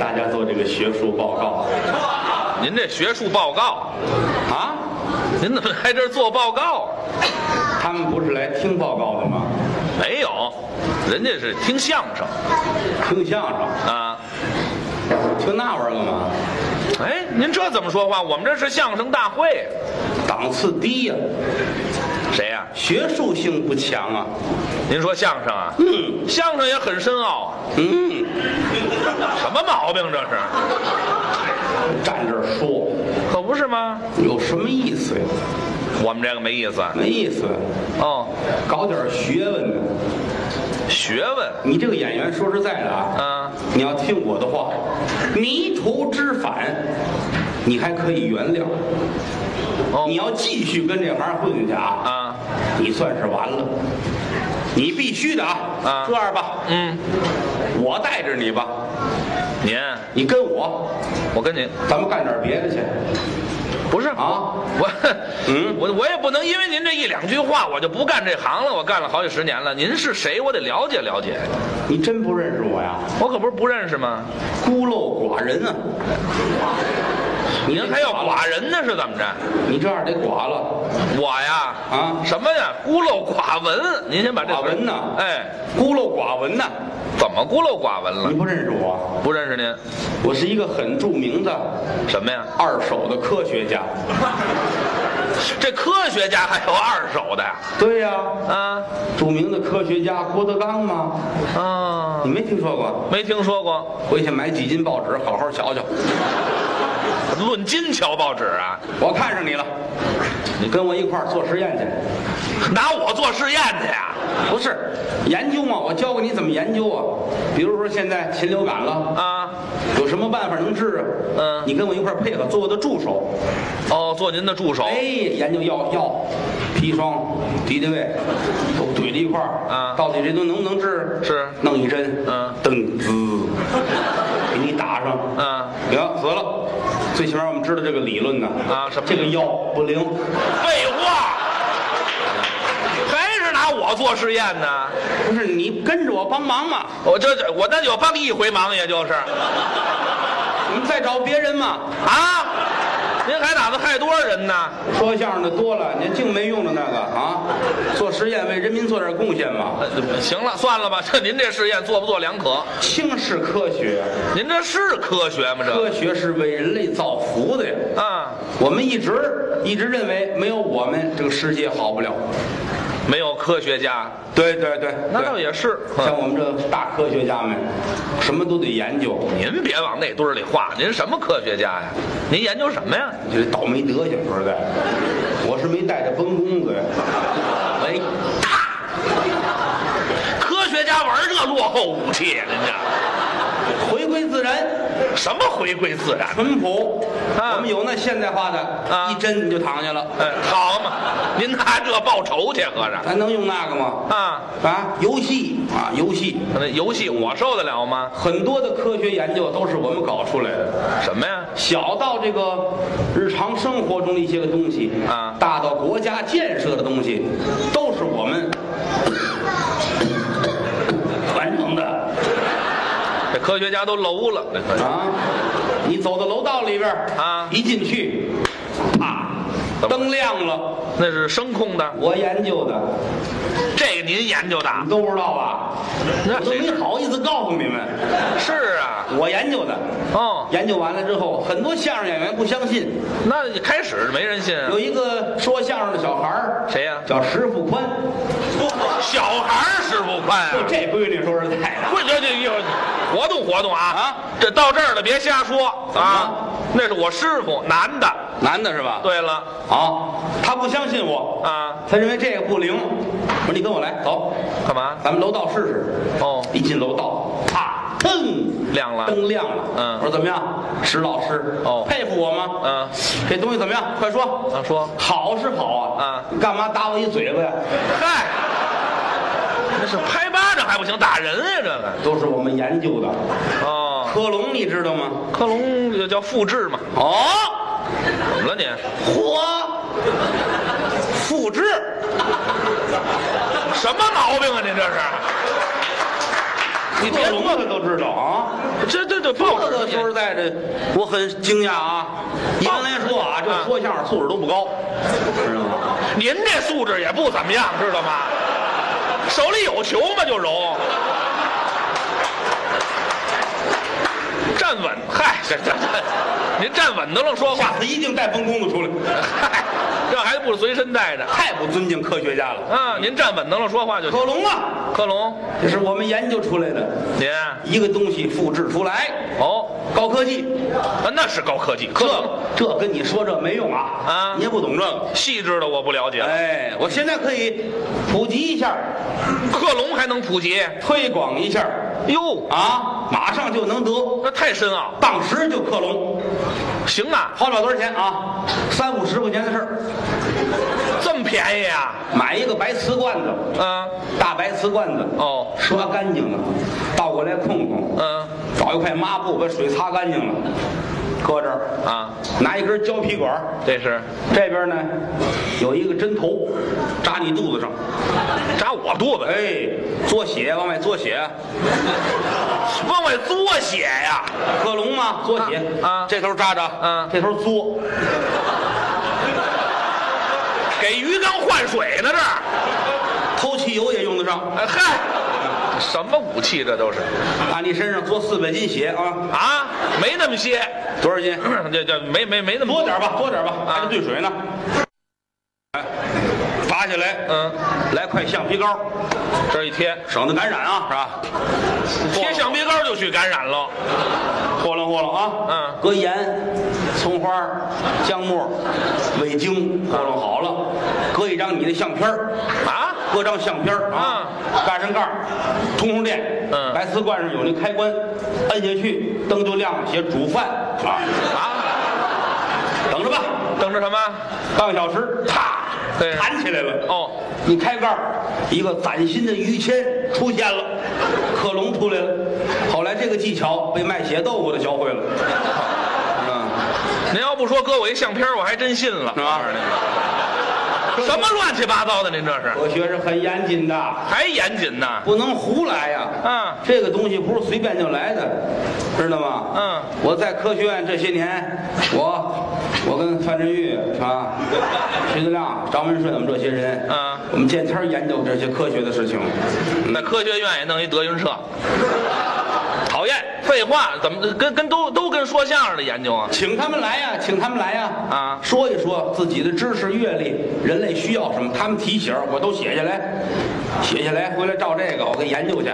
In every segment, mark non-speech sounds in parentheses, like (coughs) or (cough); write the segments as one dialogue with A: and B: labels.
A: 哎
B: 做这个学术报告
A: 您这学术报告，
B: 啊？
A: 您怎么来这儿做报告？啊
B: 他们不是来听报告的吗？
A: 没有，人家是听相声
B: 听相声，
A: 啊。
B: 听那玩意儿干嘛？
A: 哎，您这怎么说话？我们这是相声大会，啊
B: 档次低呀、
A: 谁呀、
B: 学术性不强啊。
A: 您说相声啊？
B: 嗯
A: 相声也很深奥啊，
B: 嗯，
A: (laughs) 什么毛病这是？
B: 站这儿说
A: 可不是吗？
B: 有什么意思呀？
A: 我们这个没意思啊
B: 没意思，
A: 哦，
B: 搞点学问呢。
A: 学问
B: 你这个演员，说实在的啊，
A: 啊，
B: 你要听我的话，迷途知返，你还可以原谅。
A: 哦
B: 你要继续跟这行混下去啊，
A: 啊，
B: 你算是完了。你必须的啊
A: 啊，
B: 这样吧，
A: 嗯，
B: 我带着你吧，
A: 您，
B: 你跟我，
A: 我跟您
B: 咱们干点别的去
A: 不是
B: 啊。
A: 我，
B: 嗯
A: 我我也不能因为您这一两句话，我就不干这行了。我干了好几十年了，您是谁？我得了解了解。
B: 你真不认识我呀？
A: 我可不是不认识吗？
B: 孤陋寡人啊！
A: 您还要寡人呢，是怎么着？
B: 你这样得寡了，
A: 我呀，
B: 啊
A: 什么呀？孤陋寡闻。您先把这词
B: 寡闻呢
A: 哎，
B: 孤陋寡闻呐、
A: 怎么孤陋寡闻
B: 你
A: 了？
B: 不认识我？
A: 不认识您，
B: 我是一个很著名的
A: 什么呀？
B: 二手的科学家。
A: 这科学家还有二手的呀？
B: 对呀、
A: 啊
B: 著名的科学家郭德纲嘛，
A: 啊
B: 你，没听说过？
A: 没听说过。
B: 回去买几斤报纸，好好瞧瞧。
A: 论斤瞧报纸啊，
B: 我看上你了，你跟我一块儿做实验去。
A: 拿我做试验去呀？
B: 不是研究嘛，我教过你怎么研究啊。比如说现在禽流感了，
A: 啊，
B: 有什么办法能治啊？
A: 嗯
B: 你跟我一块儿配合，做我的助手。
A: 哦，做您的助手。
B: 哎，研究药药、砒霜、敌敌畏，都怼在一块儿。
A: 啊
B: 到底这东西能不能治？
A: 是
B: 弄一针，
A: 嗯
B: 噔滋，给你打上，
A: 嗯，
B: 行，死了。最起码我们知道这个理论呢。
A: 啊什么
B: 这个药不灵，
A: 废话，还是拿我做试验呢？
B: 不是你跟着我帮忙嘛？
A: 我这这我那就帮一回忙，也就是
B: 你再找别人嘛？
A: 啊，您还打算害多少人呢？
B: 说相声的多了，您净没用的那个啊！做实验为人民做点贡献嘛，
A: 呃行了，算了吧，这您这试验做不做两可？
B: 轻视科学，
A: 您这是科学吗？
B: 科
A: 这
B: 学是啊为人类造福的呀。
A: 啊，
B: 我们一直一直认为没有我们这个世界好不了。
A: 没有科学家，嗯
B: 对对对，嗯
A: 那倒也是。
B: 对
A: 哼
B: 像我们这大科学家们，什么都得研究，
A: 您别往那堆儿里画，您什么科学家呀？您研究什么呀？
B: 你这倒霉德行，说实在，我是没带着崩公子呀。
A: 哎，科学家玩这落后武器，您这
B: 回归自然，
A: 什么回归自然？
B: 淳朴。
A: 啊
B: 我们有那现代化的，
A: 啊
B: 一针你就躺下了，
A: 哎，好嘛，您拿这报仇去，合着
B: 咱能用那个吗？
A: 啊？
B: 啊，游戏啊，游戏，
A: 那游戏我受得了吗？
B: 很多的科学研究都是我们搞出来的。
A: 什么呀？
B: 小到这个日常生活中的一些个东西
A: 啊
B: 大到国家建设的东西，都是我们 (coughs) 完成的
A: 这科学家都楼了，这科学
B: 啊！你走到楼道里边儿
A: 啊
B: 一进去，啪，
A: 怎么
B: 灯亮了。
A: 那是声控的，
B: 我研究的，
A: 这个您研究的？
B: 你都不知道吧？
A: 那
B: 我都
A: 谁
B: 没好意思告诉你们，
A: 是啊，
B: 我研究的。
A: 哦，
B: 研究完了之后，很多相声演员不相信。
A: 那你开始没人信啊
B: 有。一个说相声的小孩儿，
A: 谁呀
B: 叫石富宽。
A: 小孩儿使不宽
B: 就
A: 啊！
B: 这闺女，说实在的，
A: 不，这这一会儿活动活动啊
B: 啊！
A: 这到这儿了，别瞎说
B: 怎么
A: 啊
B: 了！
A: 那是我师傅，男的。
B: 男的是吧？
A: 对了
B: 啊，他不相信我，
A: 啊，
B: 他认为这个不灵。我说你跟我来，走，
A: 干嘛？
B: 咱们楼道试试。
A: 哦
B: 一进楼道，啪，腾
A: 嗯亮了
B: 灯亮了。
A: 嗯
B: 我说怎么样，石老师？
A: 哦
B: 佩服我吗？
A: 嗯，
B: 这东西怎么样？快说。
A: 啊说
B: 好是好啊，
A: 啊
B: 你干嘛打我一嘴巴呀？
A: 嗨，那是拍巴掌还不行，打人呀、这个。
B: 都是我们研究的。
A: 哦，
B: 科隆你知道吗？
A: 克隆就叫复制嘛。
B: 哦，
A: 怎么了你？
B: 嚯，复制。
A: 什么毛病啊？您这是？你别
B: 聋子都知道啊。
A: 这这这报
B: 这
A: 纸
B: 个
A: 也
B: 说实在的，我很惊讶啊。一般来说啊，这说相声素质都不高，知道吗？
A: 您这素质也不怎么样，知道吗？手里有球嘛就揉，站稳，嗨，这这这，您站稳都能说话
B: 下，次一定带风弓子出来，
A: 嗨，这还不如随身带着。
B: 太不尊敬科学家了。
A: 啊，您站稳当了说话就行。
B: 克隆啊，
A: 克隆，
B: 这是我们研究出来的
A: 您
B: 一个东西，复制出来，
A: 哦，
B: 高科技。
A: 啊那是高科技，克
B: 这
A: 隆
B: 这跟你说这没用啊
A: 啊
B: 你也不懂这个。
A: 细致的我不了解，
B: 哎，我现在可以普及一下，
A: 克隆还能普及？
B: 推广一下
A: 哟，
B: 啊，马上就能得，
A: 那太深奥，
B: 当时就克隆，
A: 行啊，
B: 花不了多少钱啊，三五十块钱的事儿，
A: 这么便宜啊？
B: 买一个白瓷罐子，
A: 啊，
B: 大白瓷罐子，
A: 哦，
B: 刷干净了，倒过来空空，
A: 嗯
B: 找一块抹布把水擦干净了，搁这儿，
A: 啊，
B: 拿一根胶皮管儿，
A: 这是
B: 这边呢有一个针头，扎你肚子上，
A: 扎我肚子。
B: 哎，嘬血往外嘬血。
A: 往外作血呀！
B: 克隆吗？嘬血
A: 啊啊
B: 这头扎着，
A: 嗯
B: 这头嘬，
A: 给鱼缸换水呢这儿。
B: 偷汽油也用得上，
A: 哎嗨，什么武器这都是
B: 打啊你身上嘬四百斤血啊，
A: 啊？没那么些，
B: 多少
A: (clears throat)
B: 斤？
A: 这这没没没那么
B: 多点儿吧，多点儿吧，
A: 啊
B: 还得兑水呢。哎，拔下来，
A: 嗯，
B: 来块橡皮膏，
A: 这一贴
B: 省得感染啊，是吧？
A: 贴橡皮膏就去感染了。
B: 和弄和弄啊，
A: 嗯
B: 搁盐、葱花、姜末、味精和弄好了，搁一张你的相片儿
A: 啊
B: 搁张相片儿啊，盖上盖儿，通通电，
A: 嗯
B: 白瓷罐上有那开关，摁下去灯就亮了，写煮饭啊，
A: 啊！
B: 等着吧，
A: 等着什么？
B: 半个小时，啪
A: 对，
B: 弹起来了。
A: 哦，
B: 一开盖儿，一个崭新的于谦出现了，克隆出来了。后来这个技巧被卖血豆腐的学会了， (laughs) 嗯，
A: 您要不说搁我一相片儿，我还真信了
B: (laughs) 是。吧？
A: 什么乱七八糟的？您这是
B: 科学是很严谨的，
A: 还严谨呢？
B: 不能胡来呀。
A: 嗯
B: 这个东西不是随便就来的，知道吗？
A: 嗯，
B: 我在科学院这些年，我我跟范振钰啊、徐德亮、张文顺我们这些人，
A: 嗯
B: 我们见天儿研究这些科学的事情。嗯
A: 那科学院也弄一德云社，讨厌，废话，怎么跟跟都都跟说相声的研究啊？
B: 请他们来呀，请他们来呀！
A: 啊
B: 说一说自己的知识、阅历，人类需要什么，他们提醒儿我都写下来，写下来回来照这个我给研究去。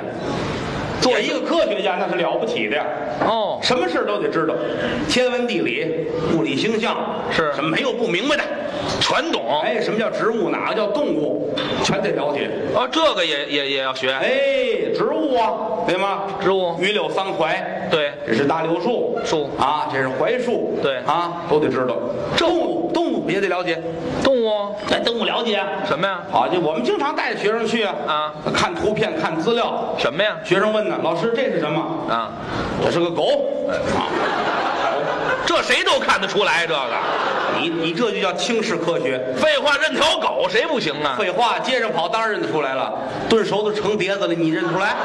B: 做一个科学家那是了不起的呀！
A: 哦
B: 什么事儿都得知道，天文地理、物理星象
A: 是
B: 什么没有不明白的。
A: 全懂。
B: 哎，什么叫植物？哪个叫动物？全得了解。
A: 哦，这个也也也要学。
B: 哎，植物啊，对吗？
A: 植物
B: 榆柳桑槐，
A: 对
B: 这是大柳树，
A: 树
B: 啊，这是槐树，
A: 对
B: 啊，都得知道。动物，动物也得了解，
A: 动物
B: 对动物了解啊。
A: 什么呀？
B: 好，就我们经常带着学生去啊，
A: 啊，
B: 看图片，看资料。
A: 什么呀？
B: 学生问呢，老师这是什么？
A: 啊，
B: 这是个狗。
A: 这谁都看得出来，这个
B: 你你这就叫轻视科学。
A: 废话，认条狗谁不行啊？
B: 废话，街上跑当然认得出来了，炖熟的成碟子了，你认出来？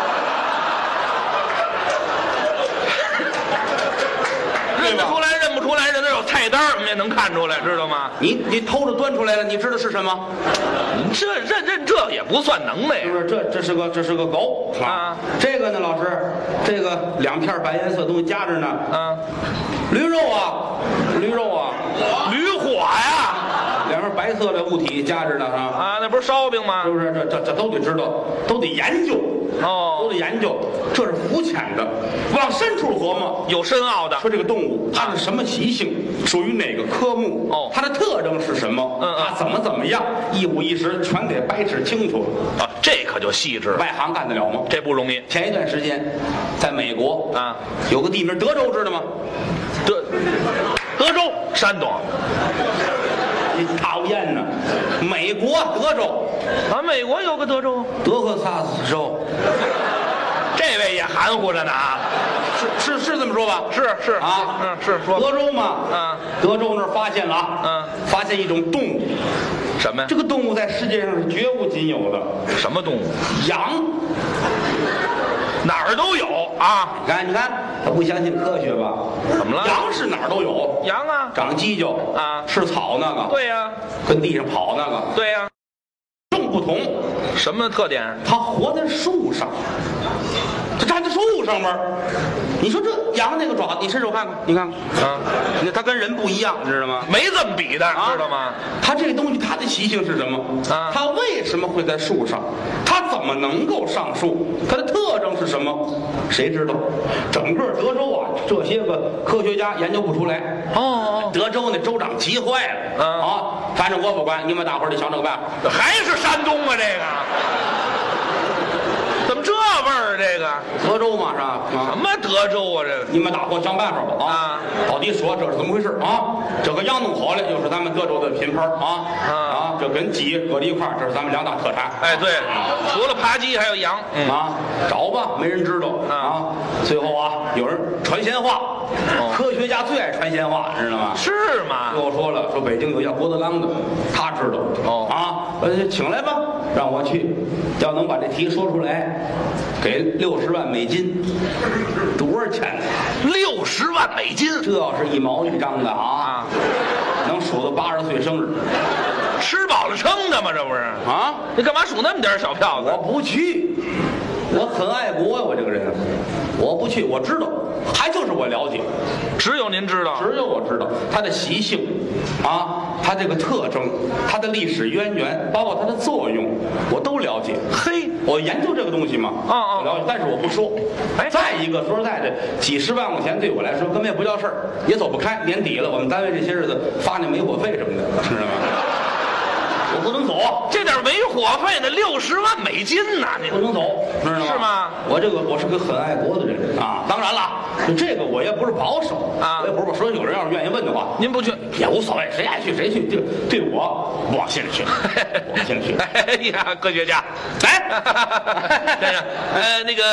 A: 认得出来，认不出来，人那有菜单儿，我们也能看出来，知道吗？
B: 你你偷着端出来了，你知道是什么？嗯
A: 这认认这也不算能耐
B: 哎是，不是？这这是个这是个狗
A: 啊
B: 这个呢，老师，这个两片白颜色东西夹着呢，
A: 啊，
B: 驴肉啊，驴肉啊，
A: 驴火呀，
B: 两片白色的物体夹着呢啊，
A: 啊，那不是烧饼吗
B: 是？不是？这这这都得知道，都得研究，都
A: 哦，
B: 得研究，这是肤浅的，往深处琢磨。
A: 有深奥的
B: 说这个动物它是什么习性，属于哪个科目？
A: 哦
B: 它的特征是什么？
A: 嗯嗯
B: 它怎么怎么样，一五一十全得掰扯清楚了。
A: 啊，这可就细致了，
B: 外行干得了吗？
A: 这不容易。
B: 前一段时间，在美国
A: 啊，
B: 有个地名德州，知道吗？
A: 德德州、山东
B: 你讨厌呢！美国德州，
A: 啊，美国有个德州，
B: 德克萨斯州，
A: 这位也含糊着呢啊。
B: 是是是这么说吧？
A: 是是
B: 啊，
A: 嗯是说
B: 德州嘛，
A: 嗯，
B: 德州那儿发现了啊，
A: 嗯，
B: 发现一种动物，
A: 什么呀
B: 这？个动物在世界上是绝无仅有的，
A: 什么动物？
B: 羊。
A: 哪儿都有啊？
B: 你看，你看，他不相信科学吧？
A: 怎么了
B: 羊是哪儿都有，
A: 羊啊？
B: 长犄角
A: 啊
B: 吃草那个，，
A: 对呀、
B: 跟地上跑那个，
A: 对呀、
B: 众不同。
A: 什么特点？
B: 它活在树上，它站在树上面儿。你说这羊那个爪子，你伸手看看，你看看，
A: 啊，
B: 它跟人不一样，知道吗？
A: 没这么比的，
B: 啊
A: 知道吗？？
B: 它这个东西，它的习性是什么？
A: 啊
B: 它为什么会在树上？它怎么能够上树？它的特征是什么？谁知道？整个德州啊，这些个科学家研究不出来。
A: 哦
B: 德州那州长急坏了，
A: 嗯
B: 啊，反正我不管，你们大伙儿得想整个办法。
A: 哦，还是山东啊，这个怎么这味儿啊？这个
B: 德州嘛是吧？啊
A: 什么德州啊？这个
B: 你们大伙儿想办法吧
A: 啊！
B: 到底说这是怎么回事啊？这个羊弄好了，又是咱们德州的品牌啊
A: 啊
B: 啊！这跟鸡搁在一块儿，这是咱们两大特产。
A: 哎，对，除了扒鸡还有羊，嗯，
B: 啊，找吧，没人知道啊。最后啊，有人传闲话，科学家最爱传闲话，知道吗？
A: 是吗？
B: 又说了，说北京有叫郭德纲的，他知道
A: 哦
B: 啊，呃，请来吧，让我去，要能把这题说出来，给六十万美金，多少钱呢？
A: 六十万美金，
B: 这要是一毛一张的啊
A: 啊，
B: 能数到八十岁生日
A: 吃饱了撑的吗？这不是？
B: 啊！
A: 你干嘛数那么点儿小票子
B: 我？不去，我很爱国呀，我这个人，我不去，我知道，还就是我了解，
A: 只有您知道。
B: 只有我知道它的习性，啊，它这个特征，它的历史渊源，包括它的作用，我都了解。
A: 嘿，
B: 我研究这个东西嘛，
A: 嗯嗯
B: 我了解，但是我不说。
A: 哎
B: 再一个，说实在的，几十万块钱对我来说根本也不叫事儿，也走不开。年底了，我们单位这些日子发那煤火费什么的，知道吗？ (laughs) 我不能走，
A: 这点没火费呢，六十万美金呢、你
B: 不能走，知道吗？
A: 是吗？
B: 我这个我是个很爱国的人啊，当然了，这个我也不是保守
A: 啊
B: 我也不是说有人要是愿意问的话，
A: 您不去？
B: 也无所谓，谁爱去谁去，对对我不往心里去，不往心里去。
A: 哎呀，科学家，来， (laughs) 先生，呃，那个，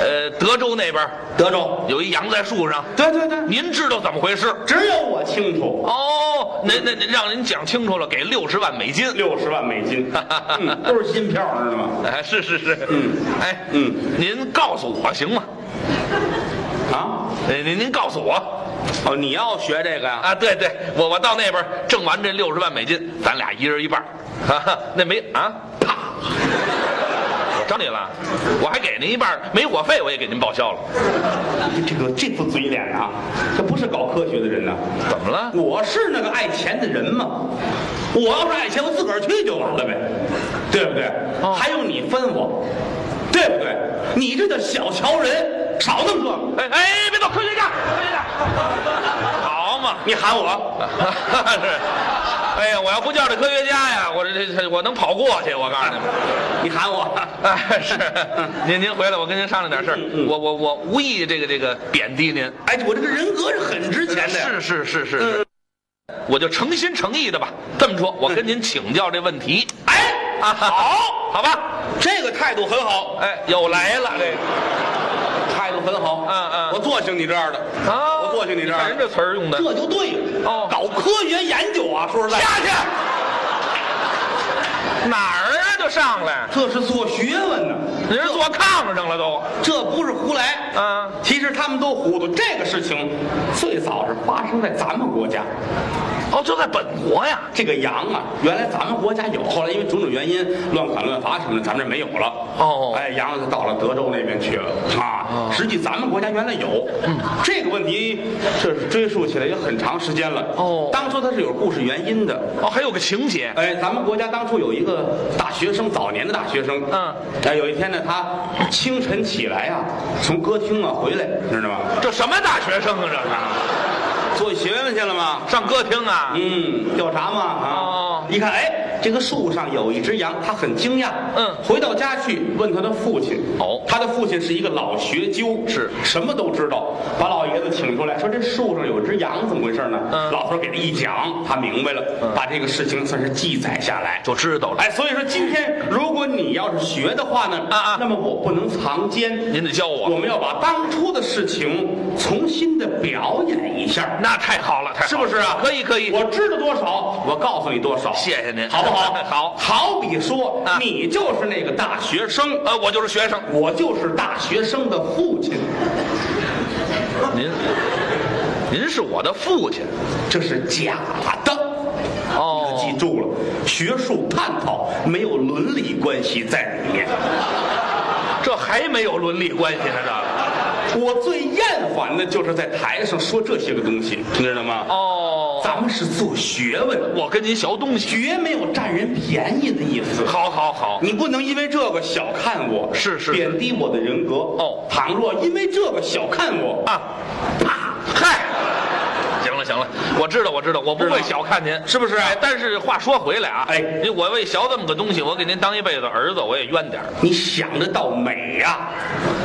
A: 呃，德州那边儿
B: (laughs) 德州，
A: 有一羊在树上，
B: 对对对，
A: 您知道怎么回事？
B: 只有我清楚。
A: 哦，那那那让您讲清楚了，给六十万美金。
B: 六十万美 (laughs) 金，嗯，都是新票，知道吗？
A: 哎，是是是，
B: 嗯
A: 哎，
B: 嗯，
A: 您告诉我行吗？
B: 啊，
A: 哎您您告诉我
B: 哦，你要学这个呀、
A: 啊，对对，我我到那边儿挣完这六十万美金，咱俩一人一半儿，哈哈，那没啊，啪，我找你了，我还给您一半儿没火费，我也给您报销了，
B: 这个这副嘴脸啊，这不是搞科学的人呐、
A: 怎么了？
B: 我是那个爱钱的人嘛，我要是爱钱，我自个儿去就完了呗，对不对？
A: 哦
B: 还用你分我，对不对？你这叫小瞧人，少弄这个。
A: 哎哎，别动，科学家，科学家，好嘛， (laughs)
B: 你喊我，
A: 是，哎呀，我要不叫这科学家呀，我这这这我能跑过去，我告诉你们。
B: 你喊我，
A: (laughs) 哎，是，您您回来，我跟您商量点事
B: 嗯嗯
A: 儿。我我我无意这个这个贬低您，
B: 哎，我这个人格是很值钱的。
A: 是是是是是，我就诚心诚意的吧，这么说，我跟您请教这问题。
B: 哎，
A: 啊， (laughs) 好，好吧，
B: 这个态度很好，
A: 哎，又来了这个
B: 态度很好。
A: 嗯嗯
B: 我做兴你这样的
A: 啊，
B: 我做兴你这样
A: 看
B: 的
A: 人。这词儿用的，
B: 这就对了。
A: 哦
B: 搞科学研究啊，说实在，
A: 下去，哪儿啊就上来，
B: 这是做学问呢，
A: 您是坐炕上了都，
B: 这不是胡来。
A: 啊，
B: 其实他们都糊涂，这个事情最早是发生在咱们国家。
A: 哦，就在本国呀，
B: 这个羊啊，原来咱们国家有，后来因为种种原因，乱砍乱伐什么的，咱们这没有了。
A: 哦
B: 哎，羊就到了德州那边去了啊。实际咱们国家原来有，
A: 嗯
B: 这个问题这是追溯起来也很长时间了。
A: 哦
B: 当初它是有故事原因的。
A: 哦，还有个情节，
B: 哎，咱们国家当初有一个大学生，早年的大学生，
A: 嗯，
B: 哎，有一天呢，他清晨起来啊，从歌厅啊回来，知道吗？
A: 这什么大学生啊这是？
B: 做学问去了吗？
A: 上歌厅啊？
B: 嗯，调查嘛啊，
A: 哦
B: 一看，哎，这个树上有一只羊，他很惊讶，
A: 嗯
B: 回到家去问他的父亲，
A: 哦
B: 他的父亲是一个老学究，
A: 是
B: 什么都知道，把老爷子请出来，说这树上有只羊，怎么回事呢？
A: 嗯
B: 老头儿给他一讲，他明白了，把这个事情算是记载下来，
A: 就知道了。
B: 哎，所以说今天如果你要是学的话呢，
A: 嗯啊啊
B: 那么我不能藏奸，
A: 您得教
B: 我
A: 我，
B: 们要把当初的事情重新的表演一下。
A: 那太好了，太好
B: (laughs)
A: 了
B: 是不是啊
A: 可以可以，
B: 我知道多少，我告诉你多少。
A: 谢谢您
B: 好吧？不 (laughs) 好？
A: 好
B: 好比说
A: 啊，
B: 你就是那个大学生，
A: 呃，我就是学生。
B: 我就是大学生的父亲，
A: 您，您是我的父亲。
B: 这是假的。
A: 哦
B: 你可记住了，学术探讨没有伦理关系在里面。
A: 这还没有伦理关系呢，这。
B: 我最厌烦的就是在台上说这些个东西，你知道吗？
A: 哦，
B: 咱们是做学问，
A: 我跟您学东西。
B: 绝没有占人便宜的意思。
A: 好好好，
B: 你不能因为这个小看我，
A: 是是
B: 贬低我的人格。
A: 哦
B: 倘若因为这个小看我，
A: 啊，啪，嗨，行了行了，我知道我知道，我不会小看您，
B: 是不是
A: 哎，但是话说回来啊，
B: 哎
A: 因为我为学这么个东西，我给您当一辈子儿子，我也冤点儿
B: 你想得到美呀、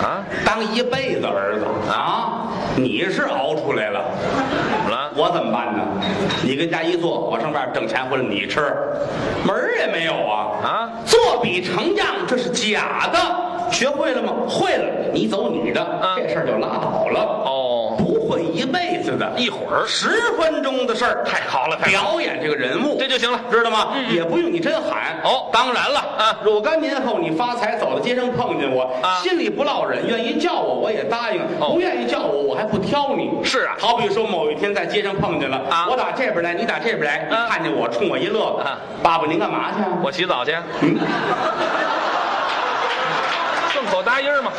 A: 啊。
B: 当一辈子儿子啊，你是熬出来了，
A: 怎么了？
B: 我怎么办呢？你跟家一坐，我上外边挣钱回来你吃，门儿也没有啊
A: 啊！
B: 作比成样，这是假的，学会了吗？会了，你走你的，
A: 嗯
B: 这事儿就拉倒了。
A: 哦，
B: 不会一辈子的，
A: 一会儿
B: 十分钟的事儿，
A: 太好了，太好了，
B: 表演这个人物，嗯
A: 这就行了。
B: 知道吗？也不用你真喊
A: 哦
B: 当然了，
A: 啊
B: 若干年后你发财走到街上碰见我，
A: 啊
B: 心里不落忍，愿意叫我我也答应，
A: 哦
B: 不愿意叫我我还不挑你。
A: 是啊
B: 好比说某一天在街上碰见了
A: 啊
B: 我打这边来，你打这边来，
A: 啊
B: 你看见我冲我一乐，
A: 啊
B: 爸爸您干嘛去啊？
A: 我洗澡去。嗯顺口答音儿嘛。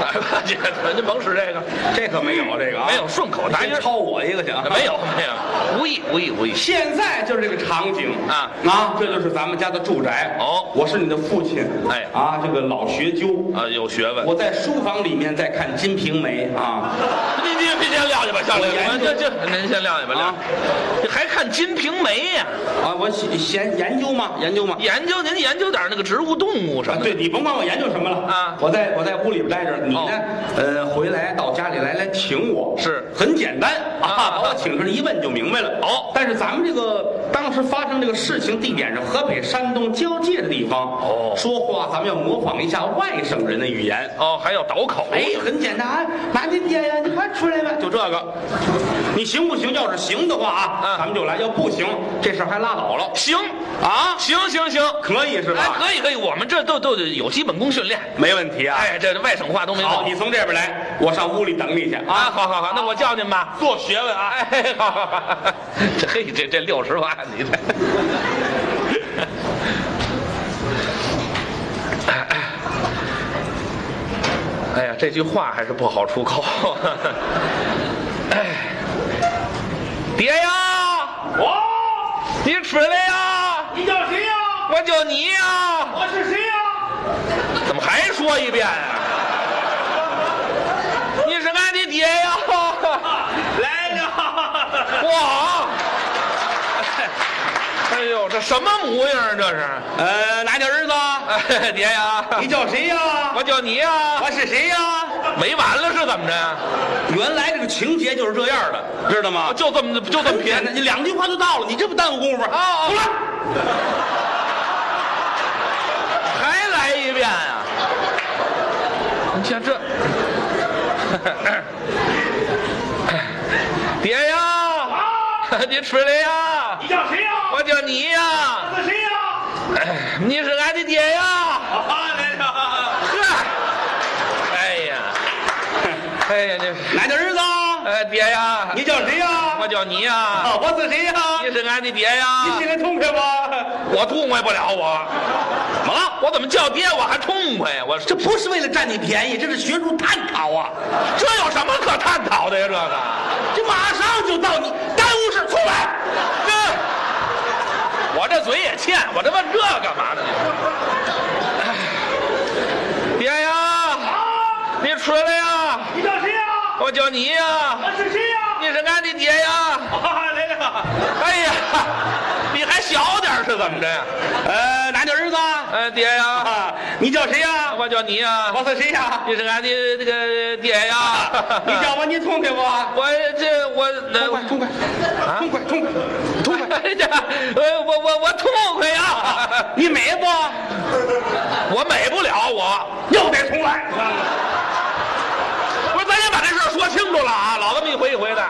A: 哎，大姐，您甭使这个，
B: 这可没有这个啊，
A: 没有顺口答音
B: 先
A: 儿，
B: 抄我一个去啊，
A: 没有没有，无意无意无意。
B: 现在就是这个场景
A: 啊
B: 啊，这就是咱们家的住宅
A: 哦
B: 我是你的父亲，
A: 哎
B: 啊，这个老学究，
A: 啊，有学问。
B: 我在书房里面在看《金瓶梅》啊，
A: 您您您先撂下吧，下来
B: 我研究
A: 这这您先撂下
B: 啊
A: 吧，撂。你还看《金瓶梅》呀？
B: 啊，我闲研究嘛，研究嘛。
A: 研究您研究点那个植物、动物什
B: 啊
A: 么，的。
B: 对你甭管我研究什么了
A: 啊
B: 我在我在屋里边待着，你呢？
A: 哦
B: 呃，回来到家里来来请我，
A: 是
B: 很简单
A: 啊
B: 把我请上一问就明白了。
A: 哦
B: 但是咱们这个当时发生这个事情地点是河北山东交界的地方，
A: 哦
B: 说话咱们要模仿一下外省人的语言。
A: 哦，还要倒口。
B: 哎，很简单，啊，拿你爹呀，你快出来吧，就这个。你行不行？要是行的话啊，
A: 嗯
B: 咱们就来；要不行，这事儿还拉倒了
A: 行，
B: 啊。
A: 行行行，
B: 可以是吧？
A: 哎，可以可以，我们这都都有基本功训练。
B: 没问题啊。
A: 哎，这外省话都没有
B: 好，你从这边来，我上屋里等你去啊。
A: 啊，好好好，那我叫您吧。做学问啊，哎，好好好，这嘿，这这六十万，你这。哎呀，这句话还是不好出口。哎，爹呀，
B: 我，
A: 你出来呀！
B: 哦你叫谁呀？
A: 我叫你呀！
B: 我是谁呀？
A: 怎么还说一遍啊？你是俺的爹呀！
B: 啊来了，
A: 哇！哎呦，这什么模样啊？这是？
B: 呃，哪点儿日子？
A: 哎，爹呀，
B: 你叫谁呀？
A: 我叫你呀，
B: 我是谁呀？
A: 没完了是怎么着？
B: 原来这个情节就是这样的，知道吗？
A: 就这么就这么
B: 很
A: 贫
B: 简单，你两句话就到了，你这不耽误功夫
A: 啊！
C: (laughs)
B: 啊？
A: 好了，还来一遍啊？你像这， (coughs) 爹呀，
C: 啊！
A: (laughs) 你出来呀！
C: 你叫谁呀？
A: 我叫你呀，
C: 是谁呀？
A: 哎 (coughs) 你是俺的爹呀。
C: 啊，来了！
A: 呵，哎呀，哎呀，这，
B: 哪点儿日子？啊
A: 呃，爹呀，
B: 你叫谁呀？
A: 我叫你呀，
B: 啊我是谁呀？
A: 你是俺的爹呀
B: 你，心里痛快吗？
A: 我痛快不了我，怎么了？我怎么叫爹我还痛快呀？我
B: 这
A: 这
B: 不是为了占你便宜，这是学术探讨啊！
A: 这有什么可探讨的呀？这个，
B: 这马上就到你耽误事，出来！
A: 这我这嘴也欠，我这问这干嘛呢？哎爹呀，你出来呀，
C: 你叫谁呀？
A: 我叫你呀，
C: 我是谁呀？
A: 你是俺的爹呀。
C: 啊，来了！
A: 哎呀，你还小点儿是怎么着呀？
B: 呃，哪点儿日子？
A: 哎，爹呀，
B: 啊，你叫谁呀？
A: 我叫你呀，
B: 我是谁呀？
A: 你是俺的这个爹
B: (laughs)
A: 呀。
B: 你叫我，你痛快不？
A: 我这我呃
B: 痛快，痛快，痛快，痛快，痛
A: (laughs)
B: 快！
A: 这我哎呃我我我痛快呀！
B: (laughs) 你美不？
A: 我美不了我，
B: 又得重来。
A: 不是，咱先把这事儿说清楚了啊，老这么一回一回的。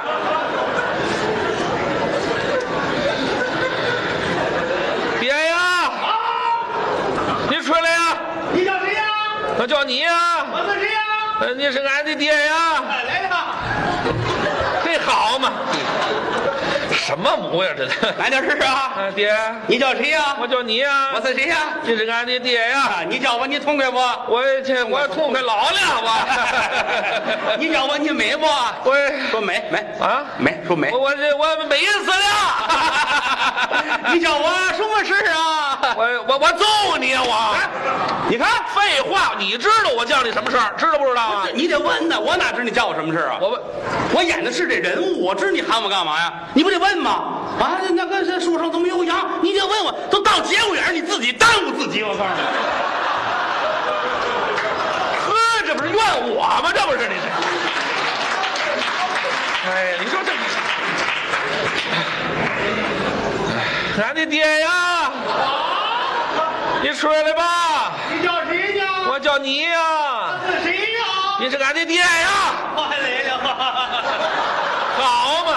A: 爹呀，那就你呀，
C: 我是谁呀？
A: 呃你是俺的爹呀，
C: 哎来了，
A: 这好嘛？什么模样这？
B: 来点试试啊！
A: 啊爹，
B: 你叫谁呀、
A: 我叫你呀，
B: 我是谁呀、
A: 你是俺的爹呀，
B: 啊？你叫我 (laughs) 你痛快不？
A: 我这我痛快老了
B: 你叫我你美不？
A: 我， (laughs) 我
B: 说美美
A: 啊
B: 美说美
A: 我。我这我美死了， (laughs)
B: 你叫我什么事儿啊？
A: 我我我揍你啊我！
B: 你看，
A: 废话，你知道我叫你什么事儿，知道不知道啊
B: 这？你得问呐，我哪知道你叫我什么事儿啊？
A: 我问，
B: 我演的是这人物，我知你喊我干嘛呀？你不得问吗？啊，那个这树上怎么有羊？你得问我，都到节骨眼儿，你自己耽误自己，我告诉你。 (laughs)
A: 呵，这不是怨我吗？这不是你这？哎，你说这，哎俺的爹呀，你出来吧，
C: 你叫谁呀？
A: 我叫你呀，
C: 我是谁呀？
A: 你是俺的爹呀，
C: 我来
B: (laughs)
C: 了，
A: 好嘛？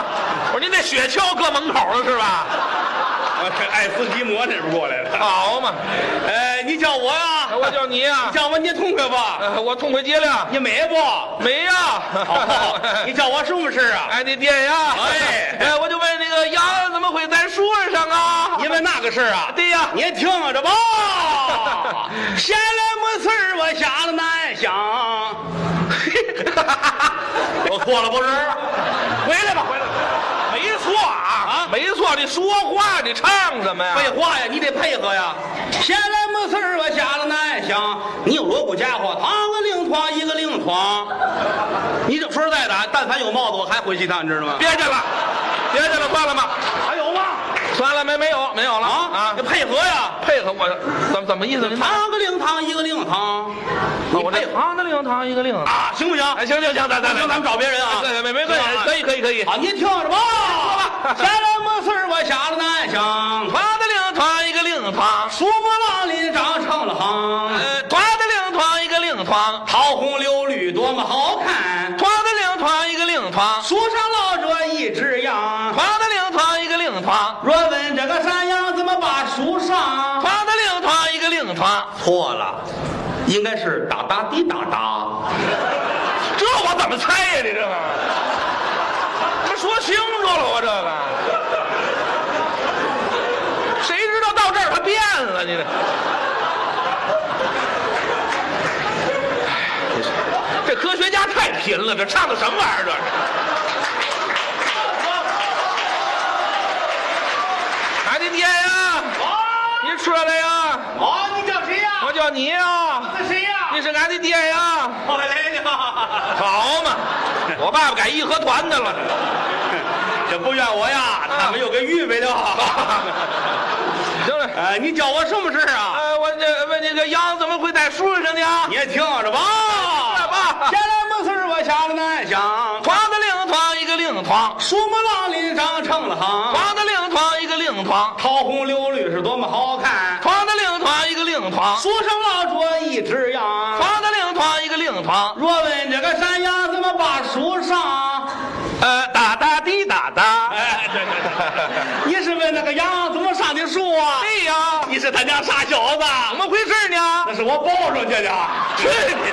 A: 我说您那雪橇搁门口了是吧？
B: 爱斯基摩这边过来了。
A: 好嘛？
B: 哎，你叫我呀、
A: 我叫你呀，
B: 叫我你痛快不？
A: 呃我痛快极了。
B: 你美不？ (laughs)
A: 没呀、
B: 好，你叫我什么事儿啊？
A: 哎，你爹呀，
B: 哎
A: 哎，我就问那个羊怎么会在树上啊？
B: 因为那个事儿啊，
A: 对呀
B: 你也听着吧。 (laughs) 闲来没事儿，我瞎了难想。 (laughs) 我错了不是？回来吧，回来吧。
A: 没错啊，
B: 啊
A: 没错，你说话你唱什么呀？
B: 废话呀，你得配合呀。闲来没事儿，我瞎了难想。你有锣鼓家伙，堂个令床一个令床。你这说实在的啊，但凡有帽子，我还回去一趟，你知道吗？
A: 别 (laughs) 去了，别去了，算了吧，
B: 还有吗？
A: 算了，没没有没有了
B: 啊
A: 啊
B: 你！配合呀。
A: 配合我，怎么怎么意思？您
B: 堂个令堂一个令堂，你
A: 我
B: 配
A: 这
B: 合
A: 堂的令堂一个令，
B: 啊，行不行？
A: 哎，行行行，咱咱
B: 不行咱们找别人啊
A: 对没没关系
B: 行，啊
A: 可以可以可以。
B: 啊，您听着吧
A: (laughs) 吧，
B: 闲来没事儿我瞎了难想，
A: 团的令堂一个令堂，
B: 数不浪里长成了行，
A: 呃，团的令堂一个令堂，
B: 桃红柳绿多么好看，
A: 团的令堂一个令堂，
B: 树上落着一只羊。
A: 团的令堂一个令堂。
B: 若问这个山羊怎么把树上？
A: 团的令堂一个令堂，
B: 错了，应该是哒哒滴哒哒。
A: 这我怎么猜呀、你这个，这说清楚了，我这个，谁知道到这儿他变了？你这，哎这科学家太贫了，这唱的什么玩意儿？这是。俺的爹呀，
C: 我
A: 你出来呀！
C: 我哦你叫谁呀？
A: 我叫你呀，
C: 我是谁呀？
A: 你是俺的爹呀。
C: 我来了，
A: 好 (laughs) 嘛，我爸爸改义和团的了。
B: 这不怨我呀，他们又给预
C: (laughs)
B: 备的。
A: 行了，
B: 哎，你叫我什么事儿啊？
A: 呃，我这问这个羊怎么会在树上呢？
B: 你也听着吧
A: 吧，
B: 闲来没事儿我瞎了难想，
A: 床的令堂一个令堂，
B: 树木浪里长成了行，
A: 床的令堂一个令堂，
B: 桃红柳绿是多么好看，
A: 床的令堂一个令堂，
B: 树上落着一只羊。
A: 床的令堂一个令堂。
B: 若问这个山羊怎么把树上？
A: 呃，哒哒滴哒哒。
B: 哎，对对对，你是问那个羊怎么上的树啊？
A: 哎对呀，
B: 你是他娘傻小子，
A: 怎么回事呢？
B: 那是我抱上去的。
A: (laughs) 去你